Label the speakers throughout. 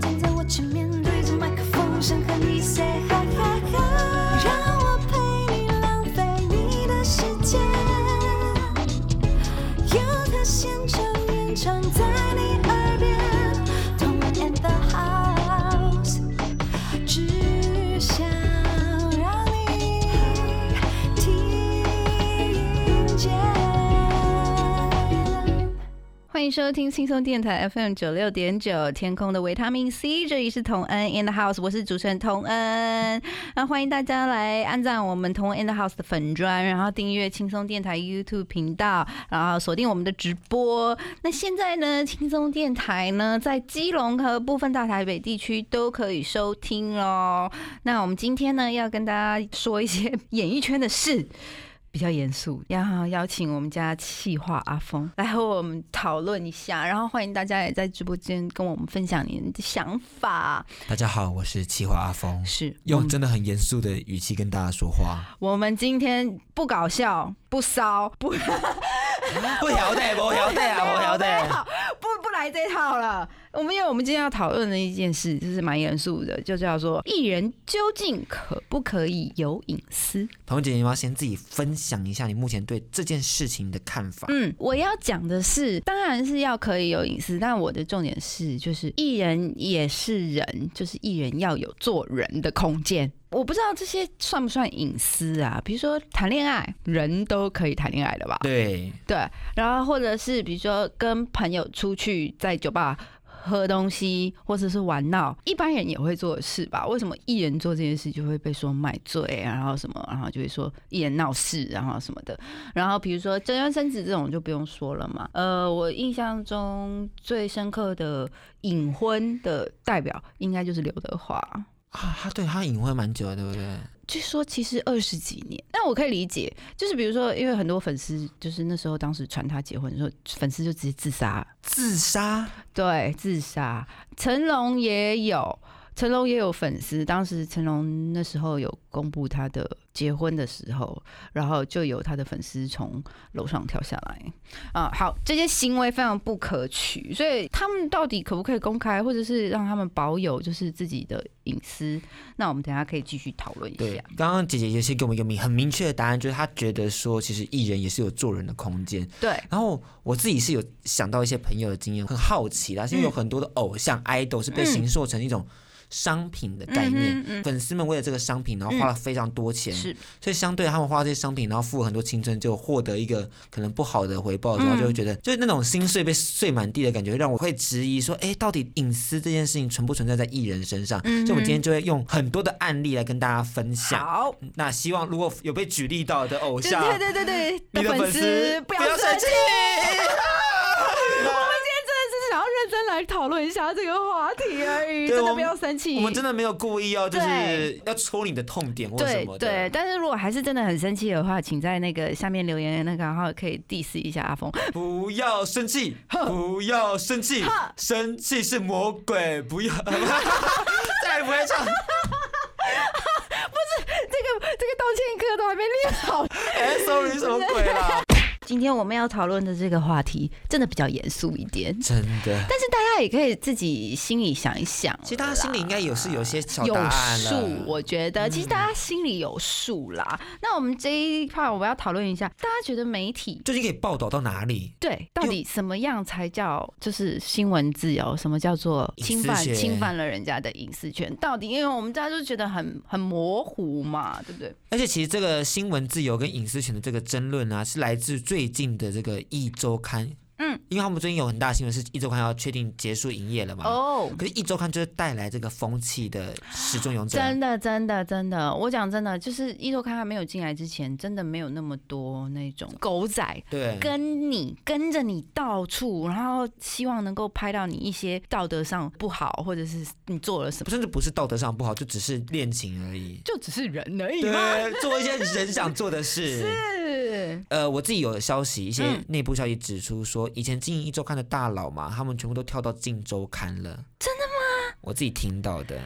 Speaker 1: 站在我前面，对着麦克风，想和你 say hi hi hi，让我陪你浪费你的时间。有个现场演唱在你耳边，同我 and the house，只想让你听见。
Speaker 2: 欢迎收听轻松电台 FM 九六点九，天空的维他命 C，这里是童恩 in the house，我是主持人童恩。那欢迎大家来按赞我们童恩 in the house 的粉砖，然后订阅轻松电台 YouTube 频道，然后锁定我们的直播。那现在呢，轻松电台呢，在基隆和部分大台北地区都可以收听哦。那我们今天呢，要跟大家说一些 演艺圈的事。比较严肃，要邀请我们家气化阿峰来和我们讨论一下，然后欢迎大家也在直播间跟我们分享你的想法。
Speaker 3: 大家好，我是嗯企划阿峰，
Speaker 2: 是我
Speaker 3: 用
Speaker 2: 们
Speaker 3: 真的很严肃的语气跟大家说话。
Speaker 2: 我们今天不搞笑、不骚、 不嗯
Speaker 3: 不晓得，不晓得啊，不晓得。
Speaker 2: 不不来这套了。我们因为我们今天要讨论的一件事，就是蛮严肃的，就叫做艺人究竟可不可以有隐私？
Speaker 3: 彤姐，你要不要先自己分享一下你目前对这件事情的看法。
Speaker 2: 嗯，我要讲的是，当然是要可以有隐私，但我的重点是，就是艺人也是人，就是艺人要有做人的空间。我不知道这些算不算隐私啊？比如说谈恋爱，人都可以谈恋爱的吧？
Speaker 3: 对，
Speaker 2: 对，然后或者是比如说跟朋友出去在酒吧喝东西，或者是玩闹，一般人也会做的事吧？为什么艺人做这件事就会被说买醉，啊然后什么，然后就会说艺人闹事，然后什么的？然后比如说真人生子这种就不用说了嘛。呃，我印象中最深刻的隐婚的代表应该就是刘德华。
Speaker 3: 啊，他对他隐晦蛮久的，对不对？
Speaker 2: 据说其实二十几年，但我可以理解，就是比如说，因为很多粉丝就是那时候当时传他结婚的时候，粉丝就直接自杀，
Speaker 3: 自杀，
Speaker 2: 对，自杀。成龙也有，成龙也有粉丝，当时成龙那时候有公布他的结婚的时候，然后就有他的粉丝从楼上跳下来。啊，好，这些行为非常不可取，所以他们到底可不可以公开，或者是让他们保有就是自己的隐私？那我们等一下可以继续讨论一
Speaker 3: 对
Speaker 2: 下。，
Speaker 3: 刚刚姐姐也是给我们一个明很明确的答案，就是她觉得说，其实艺人也是有做人的空间。
Speaker 2: 对，
Speaker 3: 然后我自己是有想到一些朋友的经验，很好奇啦，
Speaker 2: 嗯
Speaker 3: 是因为有很多的偶像 idol 是被形塑成一种商品的概念，
Speaker 2: 嗯哼嗯
Speaker 3: 粉丝们为了这个商品，然后花了非常多钱，
Speaker 2: 是
Speaker 3: 所以相对他们花这些商品，然后付了很多青春，就获得一个可能不好的回报，然
Speaker 2: 嗯
Speaker 3: 后就会觉得，就是那种心碎被碎满地的感觉，让我会质疑说，哎，到底隐私这件事情存不存在在艺人身上？所以我们今天就会用很多的案例来跟大家分
Speaker 2: 嗯
Speaker 3: 享。
Speaker 2: 好，
Speaker 3: 那希望如果有被举例到的偶
Speaker 2: 对
Speaker 3: 像，
Speaker 2: 对对对对
Speaker 3: 你的
Speaker 2: 粉
Speaker 3: 粉
Speaker 2: 丝
Speaker 3: 丝
Speaker 2: 不
Speaker 3: 不
Speaker 2: 要
Speaker 3: 要
Speaker 2: 生
Speaker 3: 生
Speaker 2: 气
Speaker 3: 气。
Speaker 2: 我们今天真的只是想要认真来讨论一下这个话题而已，
Speaker 3: 对
Speaker 2: 真的
Speaker 3: 我们
Speaker 2: 不要生气。
Speaker 3: 我们真的没有故意哦，就
Speaker 2: 对
Speaker 3: 是要戳你的痛点或什
Speaker 2: 对
Speaker 3: 么的。
Speaker 2: 对，但是如果还是真的很生气的话，请在那个下面留言那个，然后可以 diss 一下阿 峰。
Speaker 3: 不要生气，不要生气，生气是魔鬼，不 要。再也不会唱，
Speaker 2: 这个这个道歉歌都还没练好。
Speaker 3: 哎、s o r r y 什么鬼啦？
Speaker 2: 今天我们要讨论的这个话题真的比较严肃一点，
Speaker 3: 真的，
Speaker 2: 但是大家也可以自己心里想一想。
Speaker 3: 其实大家心里应该有是有些小
Speaker 2: 有
Speaker 3: 答案了。嗯
Speaker 2: 数，我觉得其实大家心里有数啦。那我们这一 part 我要讨论一下，大家觉得媒体
Speaker 3: 究竟可以报道到哪里？
Speaker 2: 对，到
Speaker 3: 因为
Speaker 2: 底什么样才叫就是新闻自由？什么叫做
Speaker 3: 隐私
Speaker 2: 侵犯
Speaker 3: 权
Speaker 2: 侵犯了人家的隐私权？到底因为我们大家就觉得很很模糊嘛，对不对？
Speaker 3: 而且其实这个新闻自由跟隐私权的这个争论啊，是来自最近的这个《一周刊》。
Speaker 2: 嗯，
Speaker 3: 因为他们最近有很大新闻是一周刊要确定结束营业了嘛。
Speaker 2: 哦。
Speaker 3: 可是，一周刊就是带来这个风气的始作俑者。
Speaker 2: 真的，真的，真的，我讲真的，就是一周刊还没有进来之前，真的没有那么多那种狗仔
Speaker 3: 对，
Speaker 2: 跟你跟着你到处，然后希望能够拍到你一些道德上不好，或者是你做了什么，
Speaker 3: 甚至不是道德上不好，就只是恋情而已。
Speaker 2: 就只是人而已嘛。
Speaker 3: 对，做一些人想做的事。
Speaker 2: 是，
Speaker 3: 呃，我自己有消息，一些
Speaker 2: 嗯
Speaker 3: 内部消息指出说，以前经营一周刊的大佬嘛，他们全部都跳到《镜周刊》了。真的吗？我自己听到的，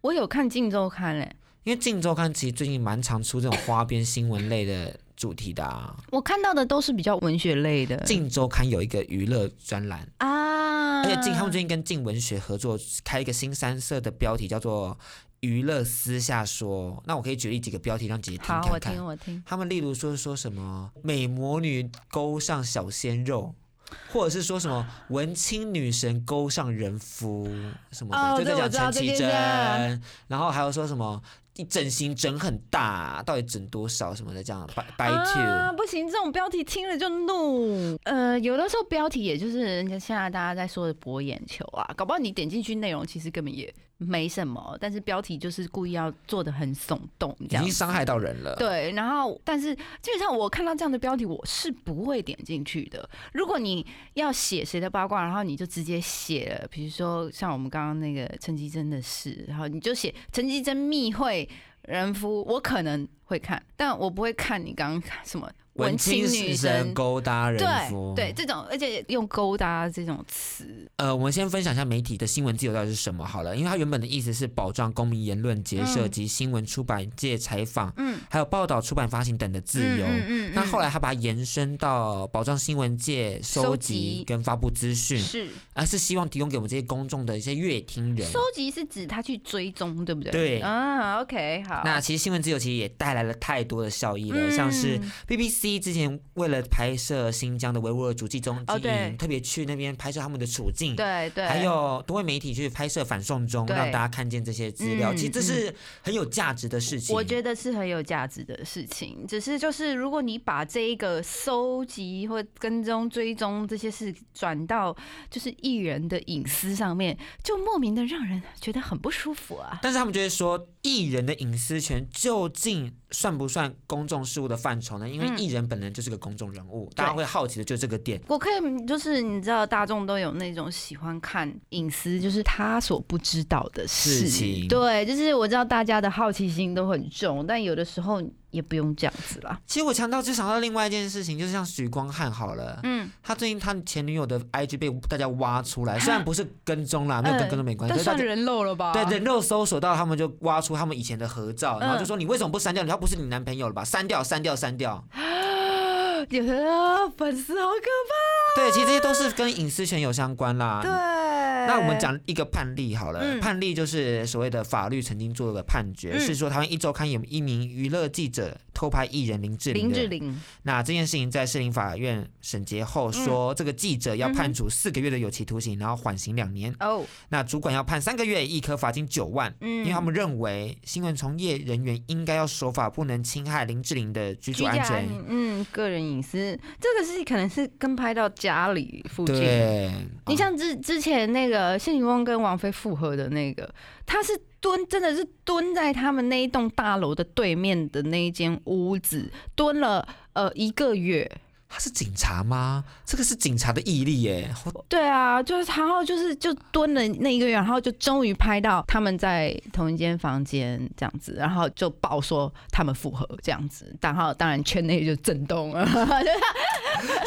Speaker 2: 我有看《镜周刊》欸嘞，
Speaker 3: 因为《镜周刊》其实最近蛮常出这种花边新闻类的主题的啊。
Speaker 2: 我看到的都是比较文学类的
Speaker 3: 《镜周刊》有一个娱乐专栏，
Speaker 2: 啊，
Speaker 3: 而且镜他们最近跟镜文学合作开一个新三色的标题叫做“娱乐私下说”。那我可以举例几个标题让姐姐听
Speaker 2: 好，我
Speaker 3: 看看
Speaker 2: 听。我听，
Speaker 3: 他们例如说说什么美魔女勾上小鲜肉，或者是说什么文青女神勾上人夫什么的，
Speaker 2: 哦
Speaker 3: 就在
Speaker 2: 这我
Speaker 3: 讲
Speaker 2: 知道
Speaker 3: 陈绮
Speaker 2: 这
Speaker 3: 贞
Speaker 2: 件事啊。
Speaker 3: 然后还有说什么一整形整很大，到底整多少什么的，这样白白 Q。
Speaker 2: 啊，不行，这种标题听了就怒。呃，有的时候标题也就是人家现在大家在说的博眼球啊，搞不好你点进去内容其实根本也没什么，但是标题就是故意要做的很耸动
Speaker 3: 已
Speaker 2: 这样
Speaker 3: 经。伤害到人了，
Speaker 2: 对，然后但是基本上我看到这样的标题，我是不会点进去的。如果你要写谁的八卦，然后你就直接写了，比如说像我们刚刚那个陈绮贞的事，然后你就写陈绮贞密会人夫，我可能会看，但我不会看你刚刚看什么
Speaker 3: 文
Speaker 2: 青
Speaker 3: 青
Speaker 2: 女
Speaker 3: 女神
Speaker 2: 神。
Speaker 3: 勾搭人夫
Speaker 2: 对。对，，这种而且用勾搭这种词，
Speaker 3: 呃，我们先分享一下媒体的新闻自由到底是什么好了，因为它原本的意思是保障公民言论、结社
Speaker 2: 嗯
Speaker 3: 及新闻出版界采访，
Speaker 2: 嗯，
Speaker 3: 还有报道、出版、发行等的自由。
Speaker 2: 嗯嗯
Speaker 3: 那后来他把它延伸到保障新闻界收
Speaker 2: 收
Speaker 3: 集
Speaker 2: 集
Speaker 3: 跟发布资讯，
Speaker 2: 是
Speaker 3: 而是希望提供给我们这些公众的一些乐听人
Speaker 2: 收。集是指他去追踪，对不对？
Speaker 3: 对
Speaker 2: 啊，OK，好。
Speaker 3: 那其实新闻自由其实也带来了太多的效益了，像是
Speaker 2: 嗯
Speaker 3: BBC 之前为了拍摄新疆的维吾尔族集中
Speaker 2: 哦
Speaker 3: 营，
Speaker 2: 对
Speaker 3: 特别去那边拍摄他们的处境，
Speaker 2: 对对，
Speaker 3: 嗯还有多位媒体去拍摄反送中，
Speaker 2: 对
Speaker 3: 让大家看见这些资料，
Speaker 2: 嗯
Speaker 3: 其实这是很有价值的事情。
Speaker 2: 我觉得是很有价值的事情，只是就是如果你把这一个搜集或跟踪、追踪这些事转到就是艺人的隐私上面，就莫名的让人觉得很不舒服啊。
Speaker 3: 但是他们就会说，艺人的隐私权究竟算不算公众事务的范畴呢？因为
Speaker 2: 嗯
Speaker 3: 艺人本人就是个公众人物，大家会好奇的就是这个点。
Speaker 2: 我可以，就是你知道，大众都有那种喜欢看隐私，就是他所不知道的事
Speaker 3: 事情
Speaker 2: 对，就是我知道大家的好奇心都很重，但有的时候也不用这样子啦。
Speaker 3: 其实我强调，就想到另外一件事情，就是像许光汉好了，
Speaker 2: 嗯，
Speaker 3: 他最近他前女友的 IG 被大家挖出来，虽然不是跟踪啦，没有跟跟踪没关
Speaker 2: 嗯
Speaker 3: 系，
Speaker 2: 但
Speaker 3: 可是大
Speaker 2: 算啊
Speaker 3: 家。
Speaker 2: 人肉了吧？
Speaker 3: 对，人肉搜索到他们就挖出他们以前的合照，然后
Speaker 2: 嗯
Speaker 3: 就说你为什么不删掉？他不是你男朋友了吧？删掉，删掉，删掉。
Speaker 2: 有的啊粉丝好可
Speaker 3: 对，其实这些都是跟隐私权有相关啦。
Speaker 2: 对，
Speaker 3: 那
Speaker 2: 那
Speaker 3: 我们讲一个判例好了，
Speaker 2: 哎嗯
Speaker 3: 判例就是所谓的法律曾经做的判决，
Speaker 2: 嗯
Speaker 3: 是说台湾一周刊有一名娱乐记者偷拍艺人林志玲
Speaker 2: 林
Speaker 3: 的
Speaker 2: 志。玲，
Speaker 3: 那这件事情在士林法院审结后说，
Speaker 2: 嗯
Speaker 3: 这个记者要判处四个月的有期徒刑，然后缓刑两年。
Speaker 2: 哦，
Speaker 3: 那主管要判三个月，一科罚金九万。
Speaker 2: 嗯，
Speaker 3: 因为他们认为新闻从业人员应该要守法，不能侵害林志玲的居
Speaker 2: 居
Speaker 3: 住
Speaker 2: 家
Speaker 3: 安全。
Speaker 2: 嗯，个人隐私，这个是可能是跟拍到家里附近。
Speaker 3: 对，啊
Speaker 2: 你像之之前那个谢霆锋跟王菲复合的那个，他是蹲，真的是蹲在他们那一栋大楼的对面的那一间屋子蹲了呃一个月。
Speaker 3: 他是警察吗？这个是警察的毅力耶， 好
Speaker 2: 对啊，就是然后就是就蹲了那一个月，然后就终于拍到他们在同一间房间这样子，然后就爆说他们复合这样子，然后当然圈内就震动了，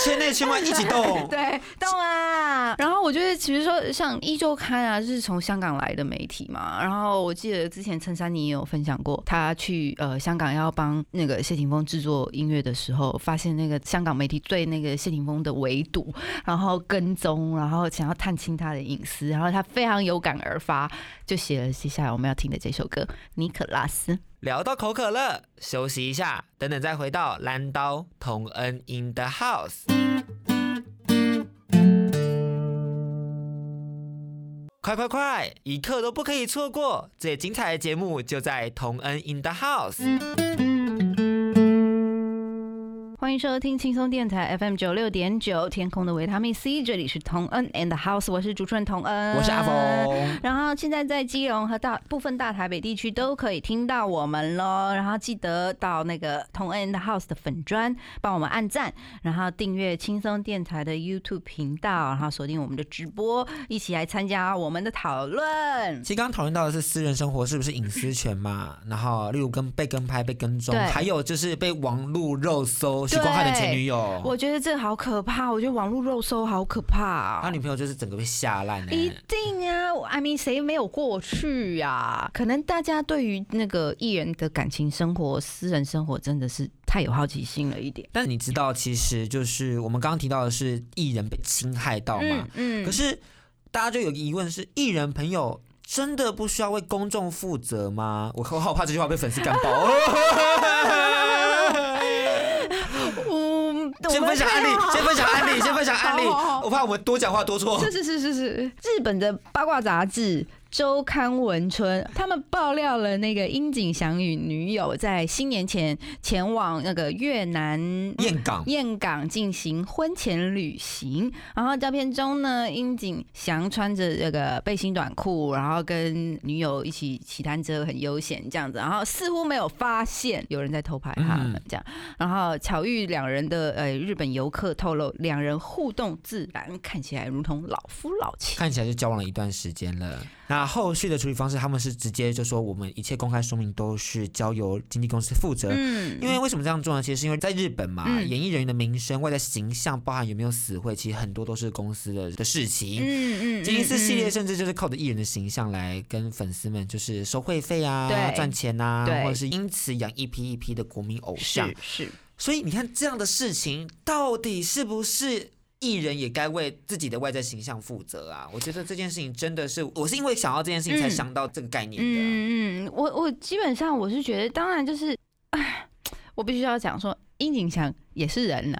Speaker 3: 圈内圈外一起 动。
Speaker 2: 对，动啊！哦然后我觉得，其实说像《一周刊》啊，就是从香港来的媒体嘛。然后我记得之前陈珊妮也有分享过，她去呃香港要帮那个谢霆锋制作音乐的时候，发现那个香港媒体对那个谢霆锋的围堵，然后跟踪，然后想要探清他的隐私，然后她非常有感而发，就写了接下来我们要听的这首歌《尼可拉斯》。
Speaker 3: 聊到口渴了，休息一下，等等再回到蓝刀同恩 in the house。快快快，一刻都不可以错过！最精彩的节目就在同恩 in the house。
Speaker 2: 欢迎收听轻松电台 FM 九六点九天空的维他命 C，这里是童恩 and the house，我是主持人童恩，
Speaker 3: 我是阿。峰，
Speaker 2: 然后现在在基隆和大部分大台北地区都可以听到我们喽。然后记得到那个同恩的 House 的粉砖帮我们按赞，然后订阅轻松电台的 YouTube 频道，然后锁定我们的直播，一起来参加我们的讨论。
Speaker 3: 其实刚刚讨论到的是私人生活是不是隐私权嘛，然后例如跟被跟拍、被跟踪
Speaker 2: 对，
Speaker 3: 还有就是被网路肉搜许光汉的前女友，
Speaker 2: 我觉得这好可怕，我觉得网络肉搜好可怕啊、
Speaker 3: 他女朋友就是整个被吓烂欸了。
Speaker 2: 一定啊我，I mean 谁没有过去呀、啊？可能大家对于那个艺人的感情生活、私人生活真的是太有好奇心了一点。
Speaker 3: 但你知道，其实就是我们刚刚提到的是艺人被侵害到嘛？
Speaker 2: 嗯
Speaker 3: 可是大家就有个疑问是，艺人朋友真的不需要为公众负责吗？我我好怕这句话被粉丝干 爆。
Speaker 2: 嗯，
Speaker 3: 先分享案例，先分享案例，先分享案例
Speaker 2: 好好好。
Speaker 3: 我怕我们多讲话多 错。
Speaker 2: 是是是是是，日本的八卦杂志。周刊文春，他们爆料了那个樱井翔与女友在新年前前往那个越南
Speaker 3: 艳港
Speaker 2: 岘港进行婚前旅行，然后照片中呢，樱井翔穿着这个背心短裤，然后跟女友一起骑单车，很悠闲这样子，然后似乎没有发现有人在偷拍他们
Speaker 3: 嗯
Speaker 2: 这样，然后巧遇两人的呃日本游客透露，两人互动自然，看起来如同老夫老妻。
Speaker 3: 看起来就交往了一段时间了。那后续的处理方式，他们是直接就说我们一切公开说明都是交由经纪公司负责。
Speaker 2: 嗯
Speaker 3: 因为为什么这样做呢？其实是因为在日本嘛，
Speaker 2: 嗯
Speaker 3: 演艺人员的名声、外在形象，包含有没有死会，其实很多都是公司的的事情。
Speaker 2: 嗯
Speaker 3: 经纪司系列甚至就是靠着艺人的形象来跟粉丝们就是收会费啊
Speaker 2: 对、
Speaker 3: 赚钱啊，
Speaker 2: 对
Speaker 3: 或者是因此养一批一批的国民偶像
Speaker 2: 是。是，
Speaker 3: 所以你看这样的事情，到底是不是艺人也该为自己的外在形象负责啊？我觉得这件事情真的是，我是因为想到这件事情才
Speaker 2: 嗯
Speaker 3: 想到这个概念的。啊
Speaker 2: 嗯嗯，我我基本上我是觉得，当然就是，唉我必须要讲说，殷景祥也是人呢、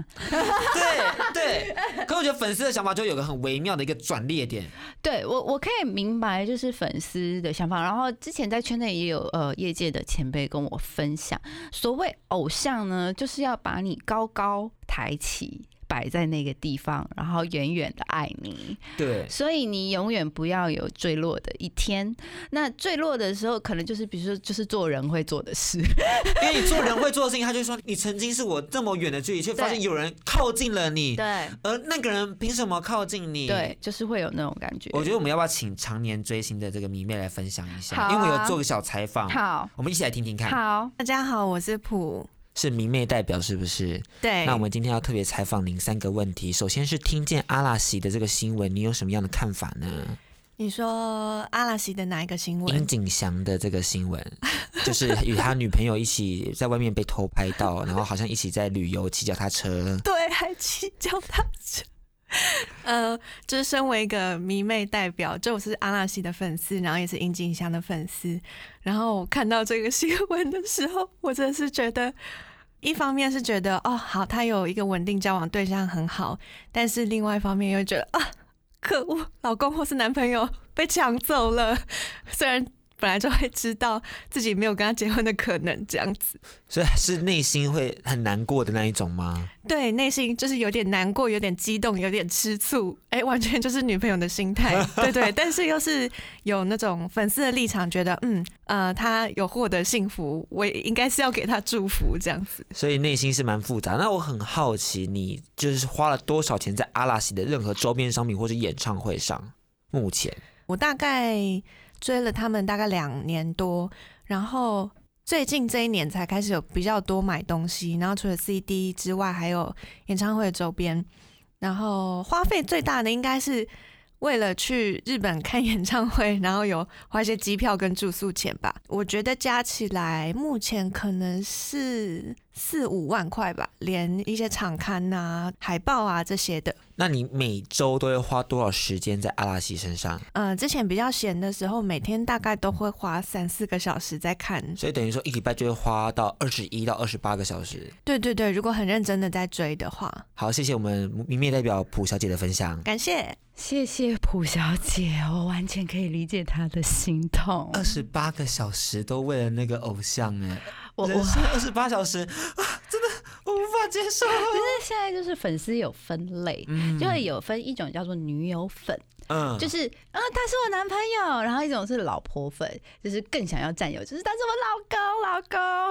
Speaker 3: 对对，可我觉得粉丝的想法就有个很微妙的一个转捩点，
Speaker 2: 对我我可以明白就是粉丝的想法，然后之前在圈内也有呃业界的前辈跟我分享，所谓偶像呢，就是要把你高高抬起。摆在那个地方，然后远远的爱你，
Speaker 3: 对。
Speaker 2: 所以你永远不要有坠落的一天。那坠落的时候，可能就是比如说，就是做人会做的事，
Speaker 3: 因为你做人会做的事情，他就说你曾经是我这么远的距离，却发现
Speaker 2: 对
Speaker 3: 有人靠近了你，
Speaker 2: 对，
Speaker 3: 而那个人凭什么靠近你？
Speaker 2: 对，，就是会有那种感觉。
Speaker 3: 我觉得我们要不要请常年追星的这个迷妹来分享一下？
Speaker 2: 好啊
Speaker 3: 因为我有做个小采访，
Speaker 2: 好
Speaker 3: 我们一起来听听看，
Speaker 2: 好，
Speaker 4: 大家好，我是普。
Speaker 3: 是迷妹代表是不是？
Speaker 2: 哎
Speaker 4: 对，
Speaker 3: 那我们今天要特别采访您三个问题。首先是听见阿拉西的这个新闻，你有什么样的看法呢？
Speaker 4: 你说阿拉西的哪一个新
Speaker 3: 殷
Speaker 4: 闻？
Speaker 3: 景祥的这个 新闻，就是与他女朋友一起在外面被偷拍到，然后好像一起在旅游骑脚踏车。
Speaker 4: 对，还骑脚踏车。 呃，就是身为一个迷妹代表，就我是阿拉西的粉丝，然后也是殷景香的粉丝。然后我看到这个新闻的时候，我真的是觉得，一方面是觉得哦好，他有一个稳定交往对象很好，但是另外一方面又觉得啊，可恶，老公或是男朋友被抢走了。 虽然本来就会知道自己没有跟他结婚的可能，这样子。
Speaker 3: 所以是内心会很难过的那一种吗？
Speaker 4: 对，内心就是有点难过，有点激动，有点吃醋，哎，完全就是女朋友的心态，对对，但是又是有那种粉丝的立场，觉得嗯呃，他有获得幸福，我也应该是要给他祝福这样子。
Speaker 3: 所以内心是蛮复杂。那我很好奇，你就是花了多少钱在阿拉西的任何周边商品或者演唱会上？目前
Speaker 4: 我大概追了他们大概两年多，然后最近这一年才开始有比较多买东西，然后除了 CD 之外，还有演唱会的周边，然后花费最大的应该是为了去日本看 演唱会，然后有花一些机票跟住宿钱吧。我觉得加起来目前可能是四五万块吧，连一些场刊啊、海报啊这些的。
Speaker 3: 那你每周都会花多少时间在阿拉西身上？
Speaker 4: 呃，之前比较闲的时候，每天大概都会花三四个小时在看。
Speaker 3: 所以等于说一礼拜就会花到二十一到二十八个小时。
Speaker 4: 对对对，如果很认真的在追的话，
Speaker 3: 好，谢谢我们明面代表蒲小姐的分享。
Speaker 4: 感谢。
Speaker 2: 谢谢蒲小姐，我完全可以理解她的心痛。
Speaker 3: 二十八个小时都为了那个偶像哎、
Speaker 2: 我
Speaker 3: 人
Speaker 2: 我
Speaker 3: 生二十八小时啊，真的我无法法接受。
Speaker 2: 现在就是粉丝有分类，
Speaker 3: 嗯
Speaker 2: 就会有分一种叫做女友粉，
Speaker 3: 嗯，
Speaker 2: 就是啊他是我男朋友，然后一种是老婆粉，就是更想要占有，就是他是我老公老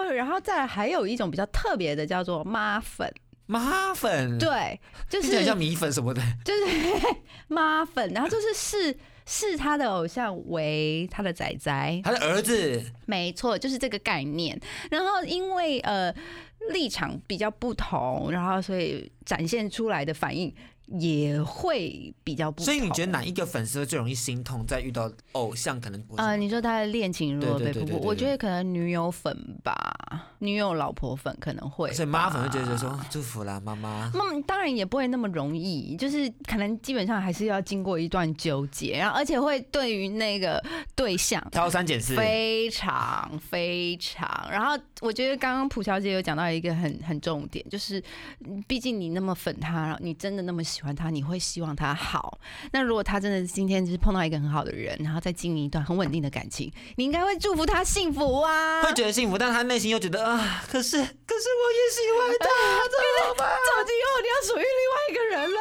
Speaker 2: 公，然后再来还有一种比较特别的叫做妈粉，
Speaker 3: 妈粉，，
Speaker 2: 对，就
Speaker 3: 嗯听起来
Speaker 2: 是
Speaker 3: 像米粉什么的。
Speaker 2: 妈粉，然后就是视视他的偶像为他的仔仔，
Speaker 3: 他的儿子，
Speaker 2: 没错，就是这个概念。然后因为呃立场比较不同，然后所以展现出来的反应也会比较不同。
Speaker 3: 所以你觉得哪一个粉丝会最容易心痛？在遇到偶像，可能不
Speaker 2: 呃，你说他的恋情如何
Speaker 3: 对
Speaker 2: 被
Speaker 3: 对对
Speaker 2: 扑
Speaker 3: 对对
Speaker 2: 破？
Speaker 3: 对
Speaker 2: 我觉得可能女友粉吧，女友老婆粉可能会吧，
Speaker 3: 所以妈粉会觉得说祝福啦，妈妈。
Speaker 2: 那当然也不会那么容易，就是可能基本上还是要经过一段纠结，然后而且会对于那个对象
Speaker 3: 挑三拣四，
Speaker 2: 非常非常，然后我觉得刚刚朴小姐有讲到一个很很重点，就是嗯毕竟你那么粉他，然后你真的那么喜欢他，你会希望他好。那如果他真的今天就是碰到一个很好的人，然后再经营一段很稳定的感情，你应该会祝福他幸福啊。
Speaker 3: 会觉得幸福，但他内心又觉得啊，可是可是我也喜欢他，
Speaker 2: 走进以后，你要属于另外一个人了。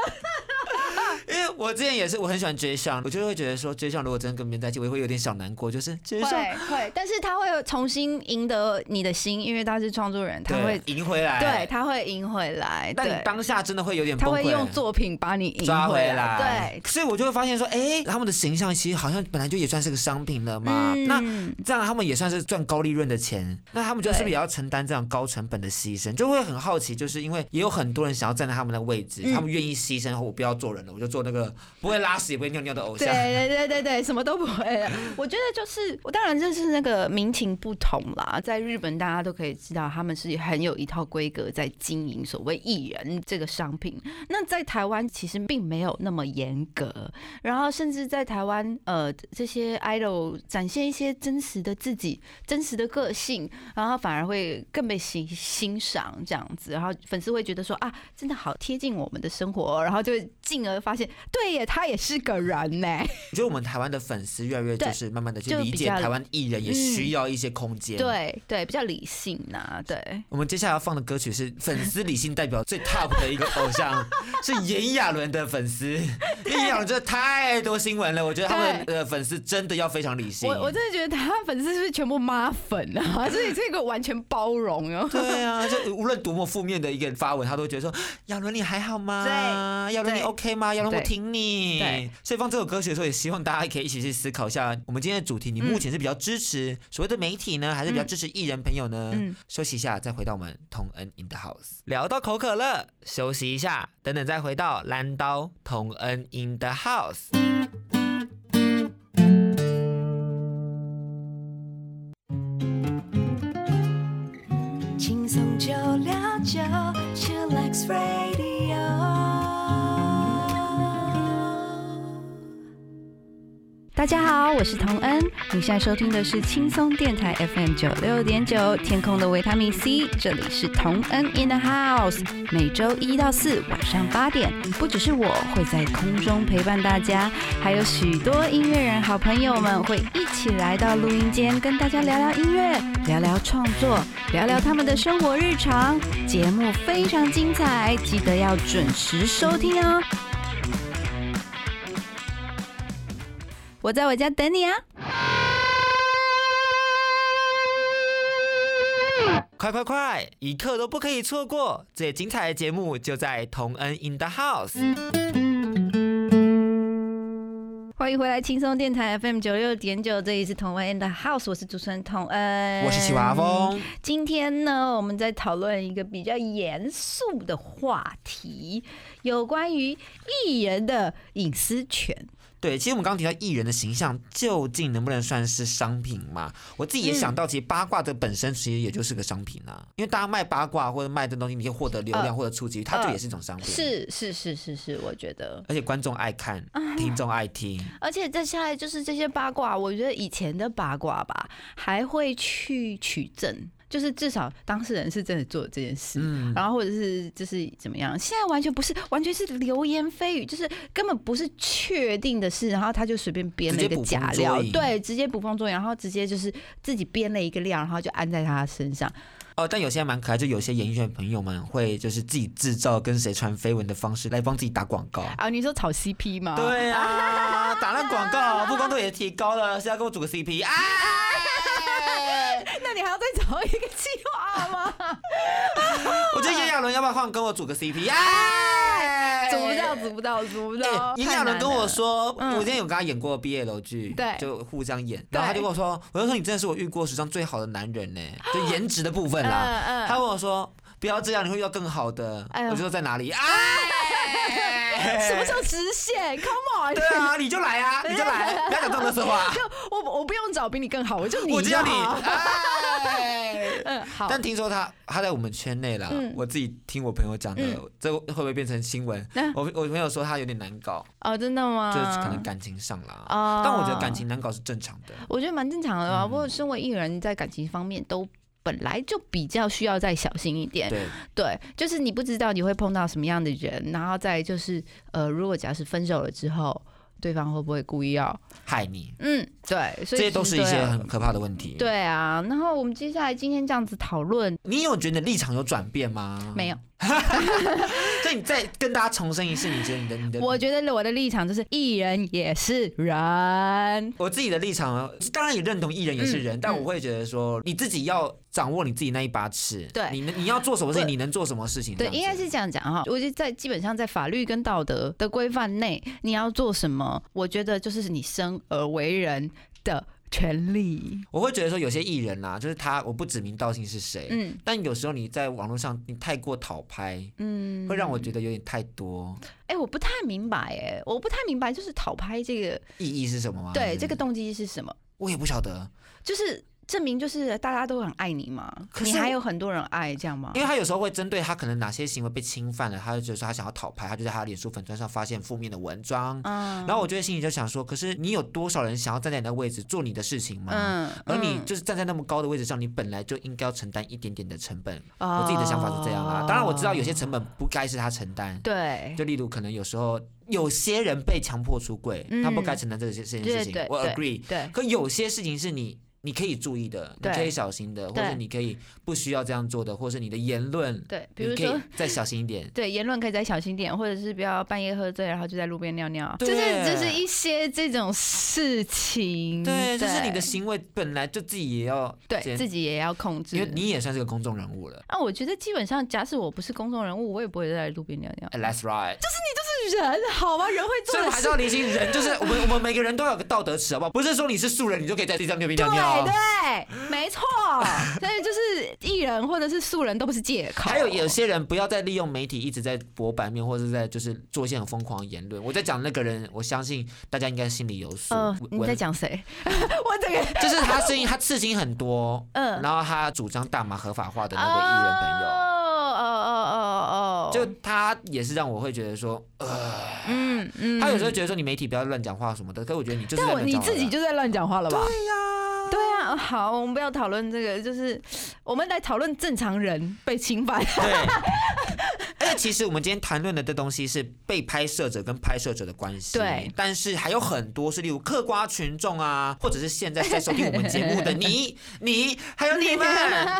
Speaker 3: 因为我之前也是，我很喜欢追上，我就会觉得说，追上如果真的跟别人在一起，我也会有点小难过，就是 追上
Speaker 2: 会会，但是他会重新赢得你的心，因为他是创作人，他会
Speaker 3: 对赢回来，
Speaker 2: 对，他会赢回来，
Speaker 3: 但
Speaker 2: 对
Speaker 3: 你当下真的会有点
Speaker 2: 他
Speaker 3: 崩
Speaker 2: 会
Speaker 3: 溃。
Speaker 2: 用作品把你赢
Speaker 3: 抓回
Speaker 2: 来，
Speaker 3: 所以我就会发现说，哎、他们的形象其实好像本来就也算是个商品了
Speaker 2: 对，
Speaker 3: 嘛。那
Speaker 2: 嗯
Speaker 3: 这样他们也算是赚高利润的钱，那他们就是不是也要承担这样高成本的牺牲？就会很好奇，就是因为也有很多人想要站在他们的位置，
Speaker 2: 嗯
Speaker 3: 他们愿意牺牲，哦我不要做人了，我就做那个不会拉屎也不会尿尿的偶
Speaker 2: 对
Speaker 3: 像。
Speaker 2: 对对对对，什么都不会 了。我觉得就是，我当然这是那个民情不同啦，在日本大家都可以知道，他们是很有一套规格在经营所谓艺人这个商品。那在台湾其实并没有那么严格，然后甚至在台湾，呃，这些 idol 展现一些真实的自己、真实的个性，然后反而会更被欣欣赏这样子，然后粉丝会觉得说啊，真的好贴近我们的生活哦，然后就会进而发现，对耶，他也是个人呢。
Speaker 3: 我觉得我们台湾的粉丝越来越
Speaker 2: 对
Speaker 3: 就是慢慢的去
Speaker 2: 就
Speaker 3: 理
Speaker 2: 比
Speaker 3: 解
Speaker 2: 较
Speaker 3: 台湾艺人也需要一些空间。。
Speaker 2: 对对，比较理性呐、对。
Speaker 3: 我们接下来要放的歌曲是粉丝理性代表最 top 的一个偶 像，是炎亚纶的粉丝。炎亚纶真的太多新闻了，我觉得他们的粉丝真的要非常理性。
Speaker 2: 我我真的觉得他粉丝是不是全部妈粉啊？ 所以这个完全包容 哦。
Speaker 3: 对啊，就无论多么负面的一个发文，他都会觉得说：“亚纶你还好吗？亚纶
Speaker 2: 对
Speaker 3: 你 OK 吗？亚纶我
Speaker 2: 对
Speaker 3: 挺你。”
Speaker 2: 对，
Speaker 3: 所以放这首歌曲的时候，也希望大家可以一起去思考一下，我们今天的主题，你
Speaker 2: 嗯
Speaker 3: 目前是比较支持所谓的媒体呢，还是比较支持艺人朋友呢？
Speaker 2: 嗯
Speaker 3: 休息一下，再回到我们同恩 in the house，聊到口渴了，休息一下，等等再回到蓝刀同恩 in the house。
Speaker 1: 轻松就聊就 Chillax Radio。
Speaker 2: 大家好，我是童恩，你现在收听的是轻松电台 FM 九六点九天空的维他命 C，这里是童恩 in the house，每周一到四晚上八点，不只是我会在空中陪伴大家，还有许多音乐人好朋友们会一起来到录音间跟大家聊聊音乐，聊聊创作，聊聊他们的生活日常，节目非常精彩，记得要准时收听哦。我在我家等你啊！
Speaker 3: 快快快，一刻都不可以错过！最精彩的节目就在同恩 in the
Speaker 2: 嗯
Speaker 3: house。
Speaker 2: 欢迎回来，轻松电台 FM 九六点九，这里是同恩 and the house，我是主持人同恩，
Speaker 3: 我是齐华。峰，
Speaker 2: 今天呢，我们在讨论一个比较严肃的话题，有关于艺人的隐私权。
Speaker 3: 对，其实我们刚刚提到艺人的形象究竟能不能算是商品嘛？我自己也想到，其实八卦的本身其实也就是个商品啊，因为大家卖八卦或者卖这东西，你可以获得流量或者触及，它就呃也是一啊种商品。，
Speaker 2: 是是是是是，我觉得，
Speaker 3: 而且观众爱看，听众爱听，
Speaker 2: 而且再下来就是这些八卦，我觉得以前的八卦吧，还会去取证。就是至少当事人是真的做了这件事，
Speaker 3: 嗯
Speaker 2: 然后或者是就是怎么样，现在完全不是，完全是流言蜚语，就是根本不是确定的事，然后他就随便编了一个假料
Speaker 3: 直接捕风捉，影
Speaker 2: 对，直接捕风捉影，然后直接就是自己编了一个料，然后就安在他身上。
Speaker 3: 哦，但有些还蛮可爱，就有些演艺圈的朋友们会就是自己制造跟谁传绯闻的方式来帮自己打广告。
Speaker 2: 啊，你说炒 CP 吗？
Speaker 3: 对啊，打了广告，曝光度也提高了，是要跟我组个哎 CP 啊？
Speaker 2: 那你还要再找一个计划吗？
Speaker 3: 我觉得炎亚纶要不要换跟我组个 CP 啊？
Speaker 2: 组不到，组不到，组不
Speaker 3: 哎
Speaker 2: 到。
Speaker 3: 炎
Speaker 2: 哦太
Speaker 3: 亚
Speaker 2: 难
Speaker 3: 纶跟我
Speaker 2: 了，
Speaker 3: 说，
Speaker 2: 嗯
Speaker 3: 我之前有跟他演过 BL 剧，
Speaker 2: 对
Speaker 3: 就互相演，然后他就跟我说，我就说你真的是我遇过史上最好的男 人呢，就颜值的部分啦。
Speaker 2: 嗯
Speaker 3: 他问我说，不要这样，你会遇到更好的。
Speaker 2: 哎呦
Speaker 3: 我就说在哪里啊？
Speaker 2: 嗯， 什么时候直线？Come on！
Speaker 3: 哎 对啊，你就来啊，你就来，不要讲这种 色话，
Speaker 2: 我我不用找比你更好，我就你啊
Speaker 3: 我就要你。
Speaker 2: 好
Speaker 3: 哎
Speaker 2: 嗯，好。
Speaker 3: 但听说他他在我们圈内啦，
Speaker 2: 嗯
Speaker 3: 我自己听我朋友讲的，这会不会变成新闻？
Speaker 5: 嗯
Speaker 3: 我我朋友说他有点难搞，
Speaker 2: 哦，真的吗？
Speaker 3: 就是可能感情上啦。
Speaker 2: 哦
Speaker 3: 但我觉得感情难搞是正常的。
Speaker 2: 我觉得蛮正常的吧。啊
Speaker 3: 嗯
Speaker 2: 不过身为艺人，在感情方面都本来就比较需要再小心一点。
Speaker 3: 对，
Speaker 2: 对，就是你不知道你会碰到什么样的人，然后再就是呃，如果假使分手了之后，对方会不会故意要？
Speaker 3: 害你，
Speaker 2: 嗯，对，所
Speaker 3: 这
Speaker 2: 以
Speaker 3: 些都
Speaker 2: 其
Speaker 3: 是
Speaker 2: 实
Speaker 3: 一
Speaker 2: 对
Speaker 3: 些
Speaker 2: 啊
Speaker 3: 很可怕的问题。，
Speaker 2: 对啊。然后我们接下来今天这样子讨论，
Speaker 3: 你有觉得你的立场有转变吗？
Speaker 2: 没有。，
Speaker 3: 所以你再跟大家重申一次，你觉得你的你的，
Speaker 2: 我觉得我的立场就是艺人也是人，
Speaker 3: 我自己的立场，啊当然也认同艺人也是人，
Speaker 2: 嗯
Speaker 3: 但我会觉得说，你自己要掌握你自己那一把尺，
Speaker 2: 对
Speaker 3: 你能你要做什么事情，
Speaker 2: 对
Speaker 3: 你能做什么事情，
Speaker 2: 对，
Speaker 3: 这样
Speaker 2: 应
Speaker 3: 子
Speaker 2: 该是这样讲哈。我觉得在基本上在法律跟道德的规范内，你要做什么，我觉得就是你生而为人的权利。
Speaker 3: 我会觉得说，有些艺人啦、就是他，我不指名道姓是谁，
Speaker 2: 嗯
Speaker 3: 但有时候你在网络上你太过讨拍，
Speaker 2: 嗯，
Speaker 3: 会让我觉得有点太多。
Speaker 2: 哎、我不太明白哎、我不太明白就是讨拍这个
Speaker 3: 意义是什么吗？还
Speaker 2: 对
Speaker 3: 啊是
Speaker 2: 这个动机是什么，
Speaker 3: 我也不晓得，
Speaker 2: 就是。证明就是大家都很爱你嘛，
Speaker 3: 可
Speaker 2: 你
Speaker 3: 是
Speaker 2: 还
Speaker 3: 我
Speaker 2: 有很多人爱这样吗
Speaker 3: 因？为他有时候会针对他可能哪些行为被侵犯了，他就觉得说他想要讨拍，他就在他脸书粉砖上发现负面的文章，
Speaker 2: 嗯
Speaker 3: 然后我就会心里就想说，可是你有多少人想要站在你的位置做你的事情吗？
Speaker 2: 嗯，
Speaker 3: 而你
Speaker 2: 嗯
Speaker 3: 就是站在那么高的位置上，你本来就应该要承担一点点的成本。
Speaker 2: 哦
Speaker 3: 我自己的想法是这样啊，当然我知道有些成本不该是他承担，
Speaker 2: 对
Speaker 3: 就例如可能有时候有些人被强迫出柜，
Speaker 2: 嗯
Speaker 3: 他不该承担这些这件事
Speaker 2: 对
Speaker 3: 情
Speaker 2: 对，
Speaker 3: 我
Speaker 2: 对
Speaker 3: agree。
Speaker 2: 对
Speaker 3: 可有些事情是你你可以注意的，你
Speaker 2: 对
Speaker 3: 可以小心的，或者
Speaker 2: 对
Speaker 3: 你可以不需要这样做的，或是你的言论，
Speaker 2: 对，比
Speaker 3: 你
Speaker 2: 如
Speaker 3: 可以
Speaker 2: 说
Speaker 3: 再小心一 点。
Speaker 2: 对言论可以再小心点，或者是不要半夜喝醉，然后就在路边尿尿，就
Speaker 3: 对
Speaker 2: 是就是一些这种事情，
Speaker 3: 对，就是你的行为本来就自己也要
Speaker 2: 对
Speaker 3: 检
Speaker 2: 自己也要控制
Speaker 3: 因为。你也算是个公众人物了。
Speaker 2: 啊，我觉得基本上，假使我不是公众人物，我也不会在路边尿尿。
Speaker 3: And That's right。
Speaker 2: 是人啊好吗？人会
Speaker 3: 所以我们还是要厘清人，就是我们 我们每个人都有个道德尺，好不好？不是说你是素人，你就可以在地上尿屁尿啊尿。
Speaker 2: 啊对对，没 错。所以就是艺人或者是素人都不是借口。
Speaker 3: 还有有些人不要再利用媒体一直在博版面，或者是在就是做一些很疯狂的言论。我在讲那个人，我相信大家应该心里有数。
Speaker 2: 呃，
Speaker 3: 我
Speaker 2: 你在？讲谁？我整个
Speaker 3: 我就是他声音，他刺青很多，
Speaker 2: 嗯
Speaker 3: 然后他主张大麻合法化的那个艺人朋
Speaker 2: 哦
Speaker 3: 友，
Speaker 2: 哦哦哦哦，
Speaker 3: 就他也是让我会觉得说，呃
Speaker 2: 嗯嗯，
Speaker 3: 他有时候觉得说你媒体不要乱讲话什么的，可我觉得你就是
Speaker 2: 但
Speaker 3: 在
Speaker 2: 我
Speaker 3: 乱
Speaker 2: 你
Speaker 3: 讲话
Speaker 2: 自己
Speaker 3: 的
Speaker 2: 就在乱讲话了吧？对呀、对呀、好，我们不要讨论这个，就是我们来讨论正常人被侵犯。
Speaker 3: 对。而且其实我们今天谈论的这东西是被拍摄者跟拍摄者的关系，
Speaker 2: 对。
Speaker 3: 但是还有很多是例如客瓜群众 啊，或者是现在在收听我们节目的你、 你还有你们，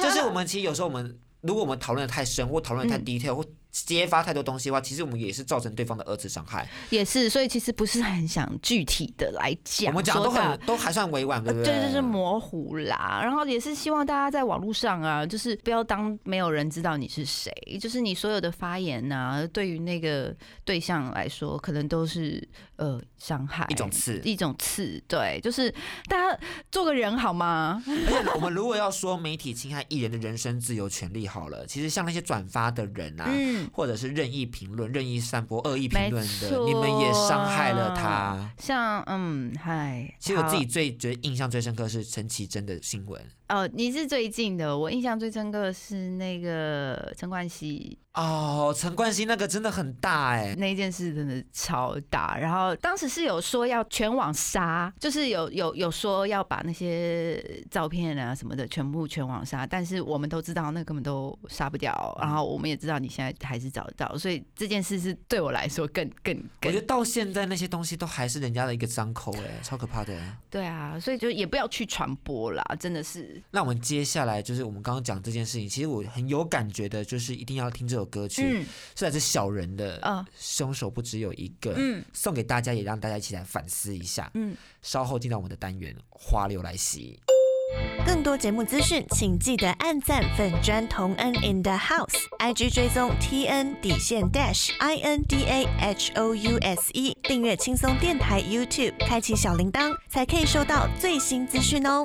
Speaker 3: 就是我们其实有时候我们如果我们讨论的太深或讨论得太 detail、或揭发太多东西的话，其实我们也是造成对方的二次伤害。
Speaker 2: 也是，所以其实不是很想具体的来讲，
Speaker 3: 我们讲得都
Speaker 2: 说到
Speaker 3: 很都还算委婉，对不
Speaker 2: 对，
Speaker 3: 对？
Speaker 2: 就是模糊啦。然后也是希望大家在网络上啊，就是不要当没有人知道你是谁，就是你所有的发言啊，对于那个对象来说，可能都是呃伤害
Speaker 3: 一种 刺。
Speaker 2: 一种刺。对，就是大家做个人好吗？
Speaker 3: 而且我们如果要说媒体侵害艺人的人身自由权利好了，其实像那些转发的人啊，
Speaker 2: 嗯，
Speaker 3: 或者是任意评论、任意散播恶意评论
Speaker 2: 没
Speaker 3: 的，
Speaker 2: 错
Speaker 3: 你们也伤害了他。
Speaker 2: 像嗯，嗨，
Speaker 3: 其实我
Speaker 2: 好
Speaker 3: 自己最觉得印象最深刻是陈绮贞的新闻
Speaker 2: 哦，你是最近的，我印象最深刻的是那个陈冠希
Speaker 3: 哦，陈冠希那个真的很大哎、
Speaker 2: 那一件事，真的超大。然后当时是有说要全网杀，就是有有有说要把那些照片啊什么的全部全网杀，但是我们都知道那根本都杀不掉，然后我们也知道你现在还是找得到，所以这件事是对我来说更更
Speaker 3: 我
Speaker 2: 更
Speaker 3: 觉得到现在那些东西都欸还是人家的一个伤口哎、超可怕的、
Speaker 2: 对啊，所以就也不要去传播啦，真的是
Speaker 6: 是
Speaker 3: 那我们接下来就是我们刚刚讲这件事情，其实我很有感觉的，就是一定要听这首歌曲，
Speaker 2: 嗯
Speaker 3: 虽然是小人的，
Speaker 2: 哦
Speaker 3: 凶手不只有一个，
Speaker 2: 嗯
Speaker 3: 送给大家，也让大家一起来反思一下。
Speaker 2: 嗯，
Speaker 3: 稍后进到我们的单元花柳来袭。
Speaker 4: 更多节目资讯，请记得按赞粉砖同恩 in the house，IG 追踪 T N 底线 dash I N D A H O U S E，订阅轻松电台 YouTube，开启小铃铛，才可以收到最新资讯哦。